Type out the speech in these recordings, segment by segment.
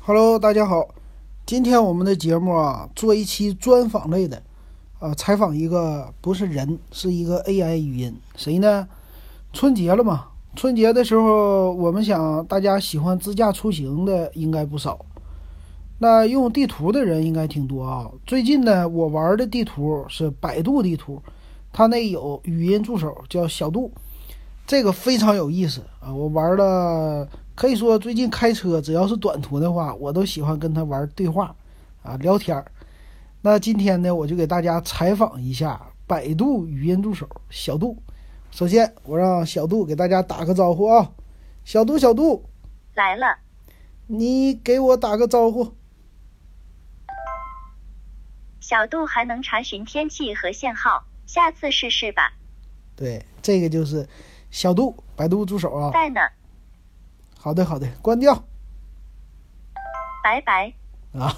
Hello，大家好，今天我们的节目啊，做一期专访类的，啊，采访一个不是人，是一个 AI 语音，谁呢？春节了嘛，春节的时候，我们想大家喜欢自驾出行的应该不少，那用地图的人应该挺多啊。最近呢，我玩的地图是百度地图，它那有语音助手叫小度，这个非常有意思啊，我玩了。可以说，最近开车只要是短途的话，我都喜欢跟他玩对话，啊，聊天儿。那今天呢，我就给大家采访一下百度语音助手小度。首先，我让小度给大家打个招呼啊，小度，小度，来了，你给我打个招呼。小度还能查询天气和限号，下次试试吧。对，这个就是小度，百度助手啊。在呢，好的，好的，关掉拜拜。啊。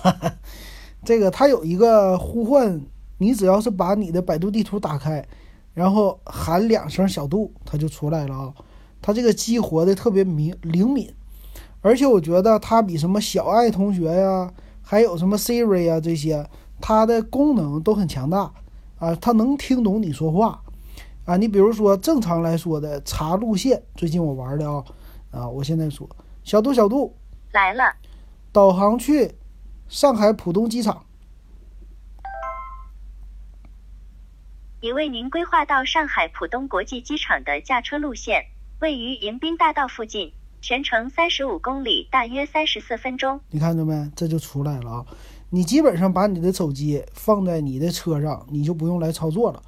这个它有一个呼唤，你只要是把你的百度地图打开，然后喊两声小度，它就出来了啊。它这个激活的特别明灵敏，而且我觉得它比什么小爱同学呀、还有什么 Siri 呀、这些，它的功能都很强大啊。它能听懂你说话啊。你比如说正常来说的查路线，最近我玩的啊啊，我现在说小度小度，来了，导航去上海浦东机场。已为您规划到上海浦东国际机场的驾车路线，位于迎宾大道附近，全程三十五公里，大约三十四分钟。你看着没？这就出来了啊！你基本上把你的手机放在你的车上，你就不用来操作了，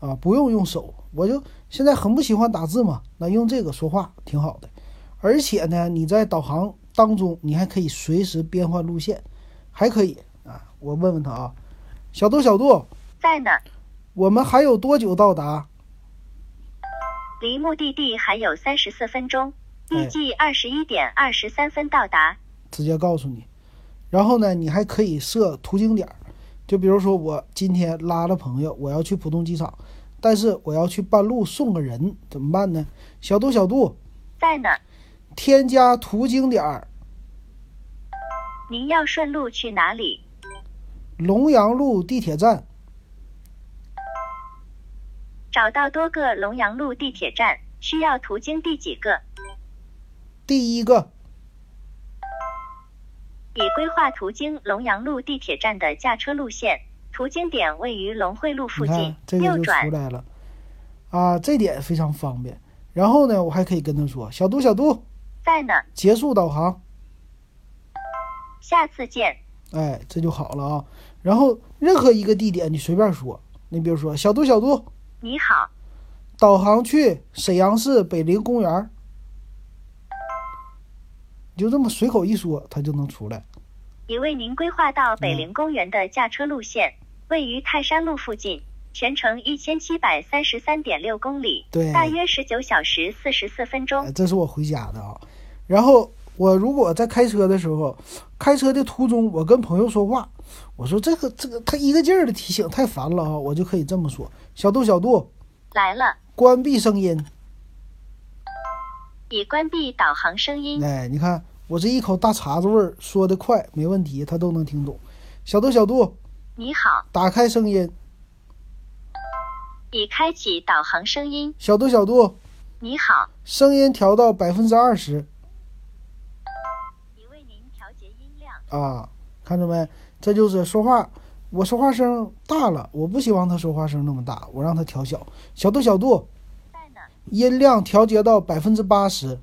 啊，不用用手。我就现在很不喜欢打字嘛，那用这个说话挺好的。而且呢，你在导航当中，你还可以随时变换路线，还可以啊。我问问他啊，小度小度，在呢，我们还有多久到达？离目的地还有三十四分钟，哎预计二十一点二十三分到达。直接告诉你。然后呢，你还可以设途经点儿，就比如说我今天拉了朋友，我要去浦东机场，但是我要去半路送个人，怎么办呢？小度小度，在呢，添加途经点儿您要顺路去哪里？龙阳路地铁站，找到多个龙阳路地铁站，需要途经第几个？第一个已规划途经龙阳路地铁站的驾车路线，途经点位于龙汇路附你看近，这个右就出转。来了，啊，这点非常方便。然后呢，我还可以跟他说，小度小度，在呢，结束导航。下次见。哎，这就好了啊。然后任何一个地点你随便说，你比如说小度小度，你好，导航去沈阳市北陵公园儿，你就这么随口一说，它就能出来。已为您规划到北陵公园的驾车路线，位于泰山路附近，全程一千七百三十三点六公里，对大约十九小时四十四分钟。哎，这是我回家的啊。然后我如果在开车的时候，开车的途中，我跟朋友说话，我说这个这个，他一个劲儿的提醒，太烦了啊！我就可以这么说：小度小度，来了，关闭声音。已关闭导航声音。哎，你看我这一口大碴子味儿，说的快，没问题，他都能听懂。小度，小度，你好，打开声音。已开启导航声音。小度，小度，你好，声音调到百分之二十已为您调节音量。啊，看着没？这就是说话，我说话声大了，我不希望他说话声那么大，我让他调小。小度，小度，在呢。音量调节到百分之八十。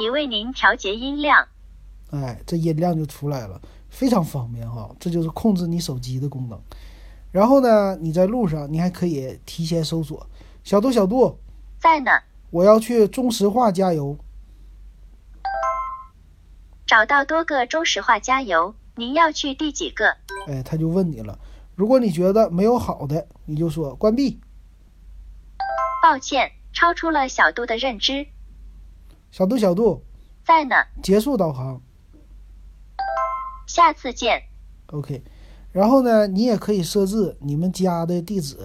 已为您调节音量。哎，这音量就出来了，非常方便哈、这就是控制你手机的功能。然后呢，你在路上你还可以提前搜索。小度，小度，在呢，我要去中石化加油。找到多个中石化加油，您要去第几个？哎，他就问你了。如果你觉得没有好的，你就说关闭。抱歉，超出了小度的认知。小度，小度，在呢，结束导航。下次见。 OK，然后呢，你也可以设置你们家的地址，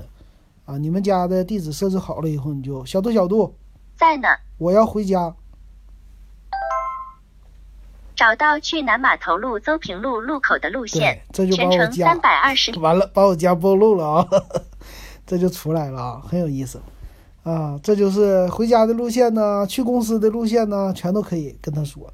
啊，你们家的地址设置好了以后，你就小度，小度，在呢，我要回家。找到去南码头路邹平路路口的路对线，，这就把全我程加三百二十 完了，把我加暴露了啊， 这就出来了啊，很有意思啊。这就是回家的路线呢，去公司的路线呢，全都可以跟他说。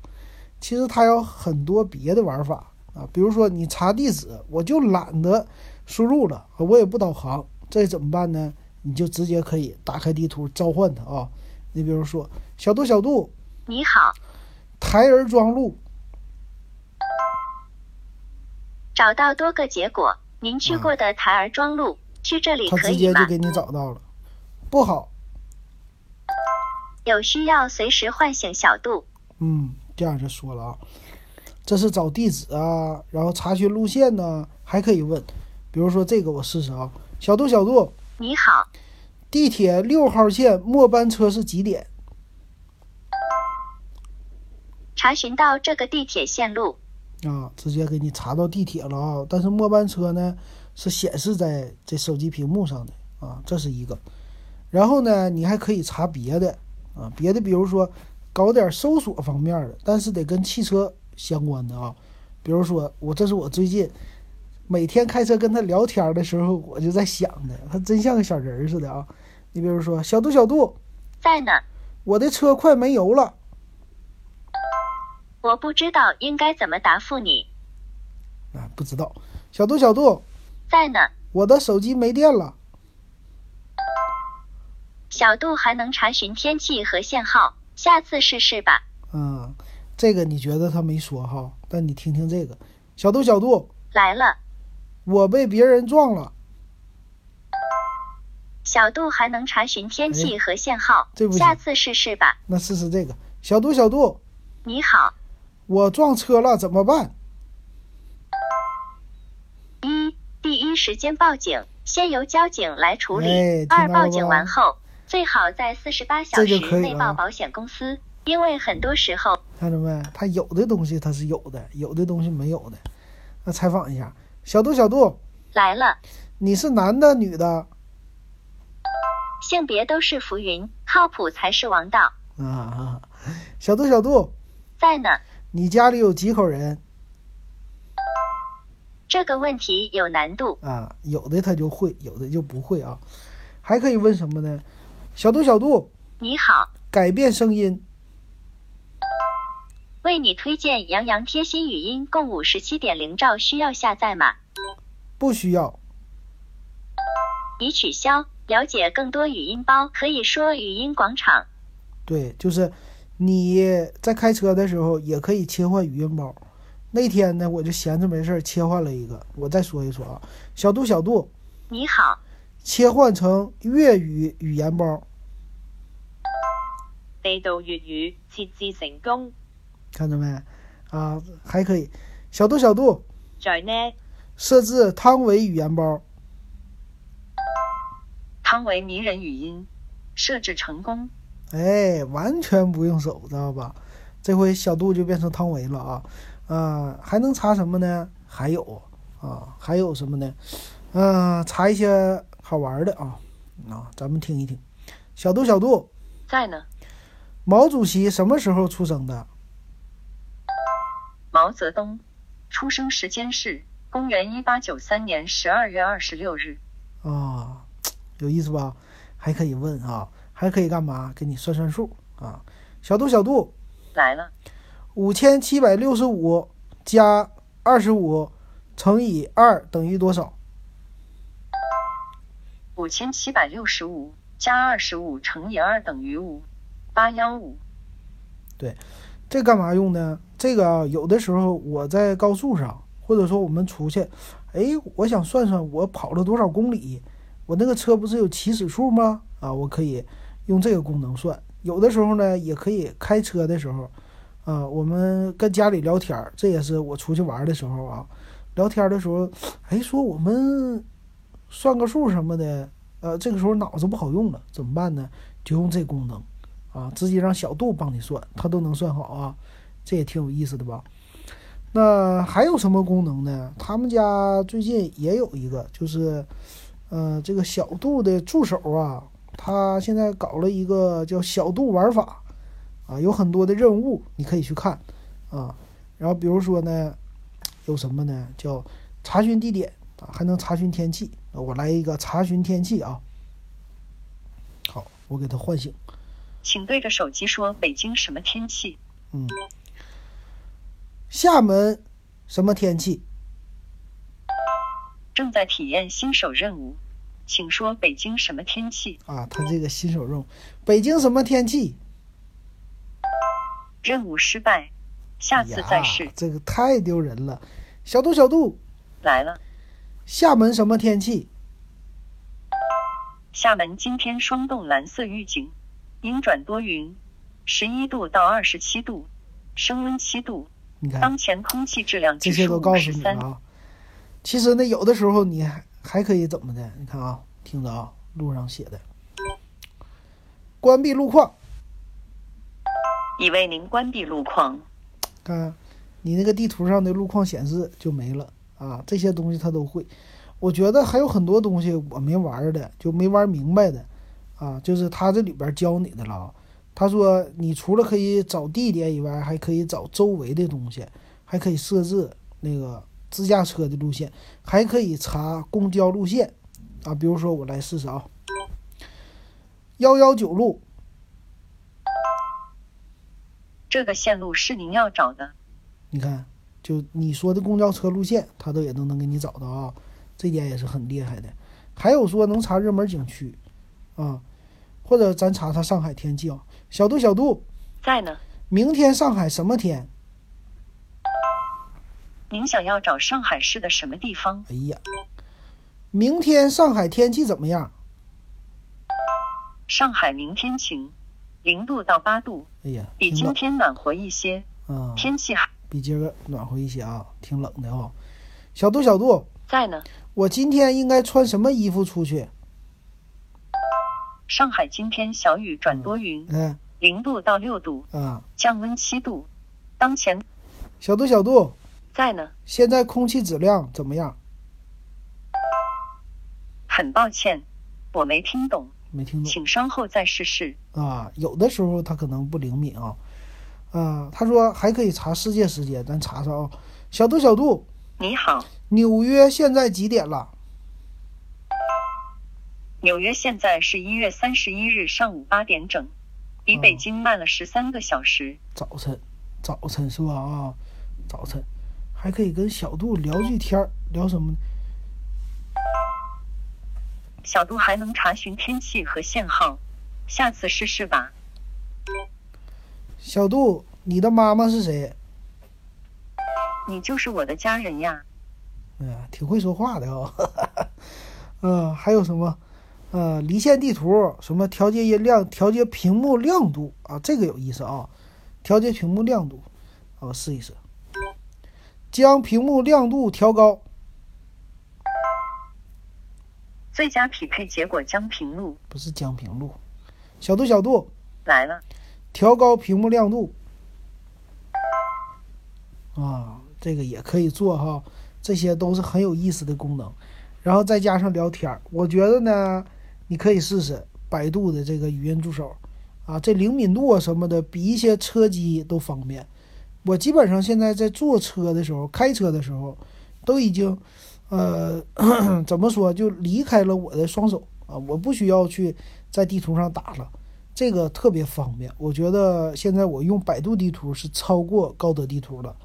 其实他有很多别的玩法啊，比如说你查地址，我就懒得输入了，我也不导航，这怎么办呢？你就直接可以打开地图召唤它啊。你比如说小度小度，你好，台儿庄路，找到多个结果。您去过的台儿庄路，去这里他可直以接就吗？给你找到了。不好，有需要随时唤醒小度。嗯，这样就说了啊，这是找地址啊，然后查询路线呢，还可以问，比如说这个我试试啊，小度小度，你好，地铁六号线末班车是几点？查询到这个地铁线路，啊，直接给你查到地铁了啊。但是末班车呢是显示在这手机屏幕上的啊，这是一个。然后呢，你还可以查别的啊，别的比如说搞点搜索方面的，但是得跟汽车相关的啊。比如说我这是我最近每天开车跟他聊天的时候，我就在想的，他真像个小人儿似的啊。你比如说小度小度，在呢。我的车快没油了，我不知道应该怎么答复你，啊，不知道。小度小度，在呢。我的手机没电了。小度还能查询天气和限号，下次试试吧。嗯，这个你觉得他没说哈？但你听听这个，小度小度，来了，我被别人撞了，小度还能查询天气和限号哎这，不行下次试试吧。那试试这个，小度小度，你好，我撞车了怎么办？一，第一时间报警，先由交警来处理。哎听到二，了报警吧完后，最好在四十八小这时就可以内了报保险公司，因为很多时候看着没？他有的东西他是有的，有的东西没有的。那采访一下，小度小度，来了，你是男的女的 性别都是浮云，靠谱才是王道。啊？小度小度，在呢，你家里有几口人这个问题有难度。啊？有的他就会，有的就不会啊。还可以问什么呢？小度小度，你好，改变声音。为你推荐杨洋贴心语音，共五十七点零兆，需要下载吗？不需要。已取消。了解更多语音包，可以说语音广场。对，就是你在开车的时候也可以切换语音包。那天呢，我就闲着没事儿切换了一个，我再说一说啊，小度小度你好，切换成粤语语言包，地道粵語設置成功，看着没？啊，还可以。小度小度在呢设置汤唯语言包，汤唯迷人语音设置成功，哎，完全不用手，知道吧？这回小度就变成汤唯了啊，啊，还能查什么呢？还有啊，还有什么呢？嗯、查一些好玩的啊，啊，咱们听一听。小度，小度，在呢。毛主席什么时候出生的？毛泽东出生时间是公元一八九三年十二月二十六日，啊，有意思吧？还可以问啊，还可以干嘛？给你算算数啊。小度，小度，来了，五千七百六十五加二十五乘以二等于多少？五千七百六十五加二十五乘以二等于五，八幺五。这干嘛用呢？这个啊，有的时候我在高速上，或者说我们出去，哎，我想算算我跑了多少公里，我那个车不是有起始数吗？啊，我可以用这个功能算。有的时候呢，也可以开车的时候，啊，我们跟家里聊天儿，这也是我出去玩儿的时候啊，聊天儿的时候，哎，说我们算个数什么的，呃，这个时候脑子不好用了，怎么办呢？就用这功能。啊，直接让小度帮你算，它都能算好啊，这也挺有意思的吧？那还有什么功能呢？他们家最近也有一个，就是，呃，这个小度的助手啊，他现在搞了一个叫小度玩法，啊，有很多的任务你可以去看，啊，然后比如说呢，有什么呢？叫查询地点啊，还能查询天气。啊我来一个查询天气啊。好，我给它唤醒。请对着手机说北京什么天气？嗯，厦门什么天气？正在体验新手任务，请说北京什么天气？啊，它这个新手任务，北京什么天气？任务失败，下次再试呀。这个太丢人了。小度，小度，来了，厦门什么天气？厦门今天霜冻蓝色预警，阴转多云，十一度到二十七度，升温七度，你看，当前空气质量这指些数都五告诉十你三了。啊。其实呢，有的时候你还还可以怎么的？你看啊，听着啊，路上写的，关闭路况。已为您关闭路况，看，啊你那个地图上的路况显示就没了啊，这些东西他都会。我觉得还有很多东西我没玩儿的，就没玩儿明白的，啊，就是他这里边儿教你的了啊。他说，你除了可以找地点以外，还可以找周围的东西，还可以设置那个自驾车的路线，还可以查公交路线啊。比如说，我来试试啊，幺幺九路这个线路是您要找的。你看，就你说的公交车路线，它都也都能给你找到啊，这点也是很厉害的。还有说能查热门景区，啊，或者咱查查上海天气啊。小度，小度，在呢，明天上海什么天？您想要找上海市的什么地方？哎呀，明天上海天气怎么样？上海明天晴，零度到八度，哎呀，比挺今冷天暖和一些，啊，天气还比今儿暖和一些啊，挺冷的啊。小度，小度，在呢。我今天应该穿什么衣服出去？上海今天小雨转多云，哎零度到六度，啊，降温七度。当前小度，小度，在呢，现在空气质量怎么样？很抱歉，我没听懂，没听懂。请稍后再试试。啊，有的时候它可能不灵敏啊。啊，他说还可以查世界时间，咱查查啊。小度，小度，你好，纽约现在几点了？纽约现在是一月三十一日上午八点整，比哦北京慢了十三个小时。早晨，早晨是吧？啊，早晨，还可以跟小度聊句天儿，聊什么呢？小度还能查询天气和限号，下次试试吧。小度，你的妈妈是谁？你就是我的家人呀，哎呀，挺会说话的 啊、嗯、还有什么？呃，离线地图，什么调节音量、调节屏幕亮度啊，这个有意思啊。调节屏幕亮度，啊我试一试，将屏幕亮度调高。最佳匹配结果江平路不是将屏路，小度小度，来了，调高屏幕亮度。啊，这个也可以做哈，这些都是很有意思的功能。然后再加上聊天儿，我觉得呢，你可以试试百度的这个语音助手，啊，这灵敏度啊什么的，比一些车机都方便。我基本上现在在坐车的时候、开车的时候，都已经，呃， 怎么说，就离开了我的双手啊，我不需要去在地图上打了。这个特别方便。我觉得现在我用百度地图是超过高德地图了，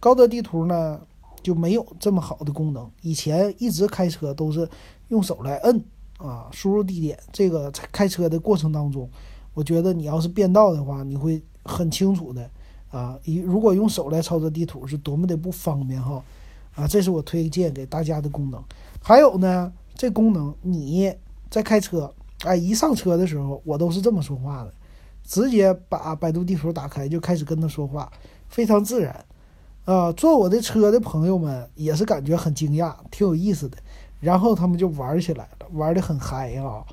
高德地图呢就没有这么好的功能。以前一直开车都是用手来摁啊，输入地点。这个在开车的过程当中，我觉得你要是变道的话，你会很清楚的啊。一如果用手来操作地图，是多么的不方便哈。啊，这是我推荐给大家的功能。还有呢，这功能你在开车，哎，一上车的时候，我都是这么说话的，直接把百度地图打开就开始跟他说话，非常自然。啊、坐我的车的朋友们也是感觉很惊讶，挺有意思的。然后他们就玩起来了，玩得很嗨啊！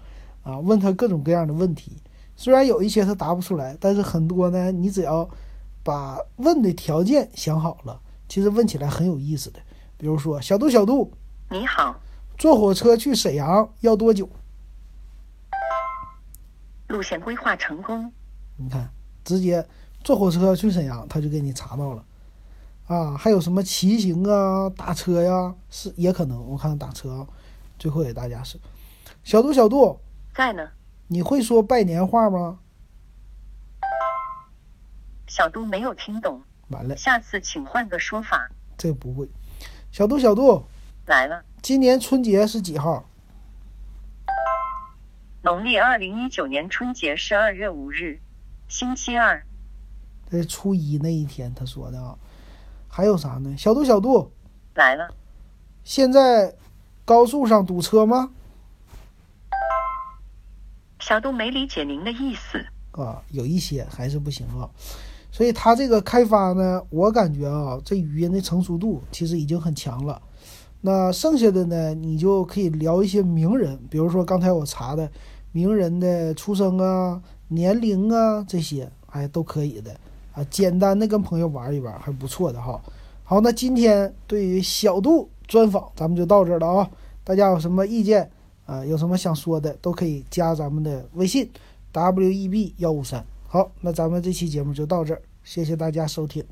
啊，问他各种各样的问题，虽然有一些他答不出来，但是很多呢，你只要把问的条件想好了，其实问起来很有意思的。比如说，小度小度，你好，坐火车去沈阳要多久？路线规划成功，你看，直接坐火车去沈阳，他就给你查到了。啊，还有什么骑行啊、打车呀、是也可能。我看打车啊，最后给大家是小度小度，在呢。你会说拜年话吗？小度没有听懂，完了，下次请换个说法。这不会。小度小度，来了，今年春节是几号？农历二零一九年春节是二月五日，星期二。这是初一那一天他说的啊。还有啥呢？小度小度，来了，现在高速上堵车吗？小度没理解您的意思。啊，有一些还是不行啊。所以它这个开发呢，我感觉啊，这语音的成熟度其实已经很强了。那剩下的呢，你就可以聊一些名人，比如说刚才我查的名人的出生啊、年龄啊这些，哎，都可以的啊。简单的跟朋友玩一玩，还不错的哈。好，那今天对于小度专访，咱们就到这儿了啊。大家有什么意见啊、有什么想说的，都可以加咱们的微信 w e b 幺五三。好，那咱们这期节目就到这儿，谢谢大家收听。